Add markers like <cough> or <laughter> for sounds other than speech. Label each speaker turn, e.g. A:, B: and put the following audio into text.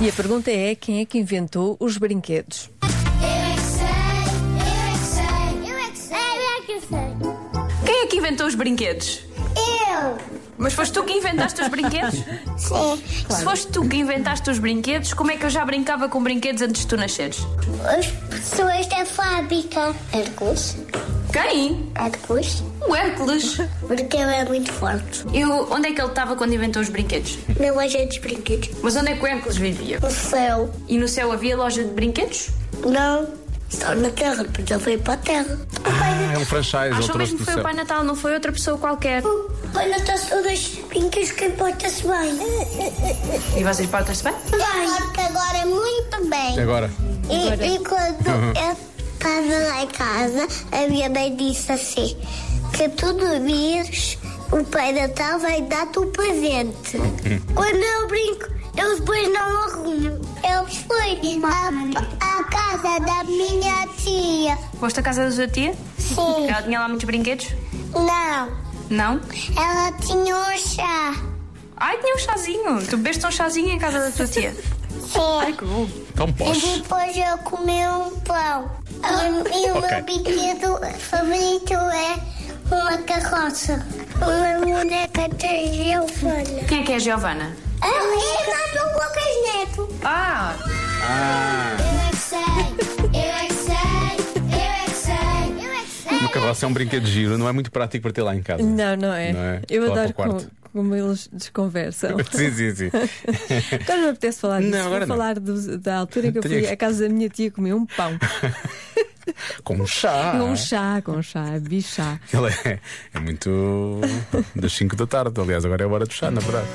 A: E a pergunta é quem é que inventou os brinquedos?
B: Quem é que inventou os brinquedos?
C: Eu!
B: Mas foste tu que inventaste os <laughs> brinquedos?
C: Sim,
B: Se foste tu que inventaste os brinquedos, como é que eu já brincava com brinquedos antes de tu nasceres?
C: as pessoas da fábrica. Arcos,
B: Quem?
C: arcos,
B: O Hércules.
C: porque ele é muito forte.
B: Eu, onde é que ele estava quando inventou os brinquedos?
C: Na loja dos brinquedos.
B: Mas onde é que o Hércules vivia?
C: No céu.
B: E no céu havia loja de brinquedos?
C: Não, só na terra, depois ele veio para a terra.
D: É um franchise, ele
B: Achou
D: trouxe
B: mesmo que
D: do
B: foi o
D: céu.
B: Pai Natal, não foi outra pessoa qualquer.
C: Olha, está só dois brinquedos que porta-se bem.
B: E vocês portam-se bem?
C: Bem. Agora muito bem.
D: Agora,
C: E, e quando eu estava lá em casa, a minha mãe disse assim: que tu dormires, o Pai Natal vai dar-te um presente. quando eu brinco, eu depois não arrumo. Eu fui à, à casa da minha tia.
B: Foste à casa da sua tia?
C: Sim.
B: Ela tinha lá muitos brinquedos?
C: Não,
B: Não?
C: ela tinha um chá.
B: Ai, tinha um chazinho. Tu bebeste um chazinho em casa da tua <laughs> tia.
C: Sim.
B: Que bom.
D: tão
C: E
D: poche.
C: depois eu comi um pão. E o
D: Ok.
C: meu brinquedo favorito é uma carroça. Uma boneca de Giovana.
B: Quem é que é a Giovana?
C: Eu é do Lucas Neto.
B: Ah,
C: Eu é que sei, eu é que sei, eu é que sei, eu é que sei.
D: Uma carroça é um brinquedo giro, não é muito prático para ter lá em casa. <laughs>
A: Não, não é.
D: Não é?
A: Eu
D: Lá
A: adoro
D: para o
A: como,
D: quarto.
A: como eles desconversam.
D: <laughs> Sim,
B: <laughs>
D: sim, sim.
A: Agora não me apetece falar disso.
D: Não, agora
A: Vou
D: não.
A: falar do- da altura em que eu
D: Tinha
A: fui
D: que-
A: à casa da minha tia comer um
D: <laughs>
A: pão.
D: Com um chá.
A: Com chá, com um chá, bichá.
D: Ele é, é muito das 5 da tarde, aliás, agora é a hora do chá, na verdade.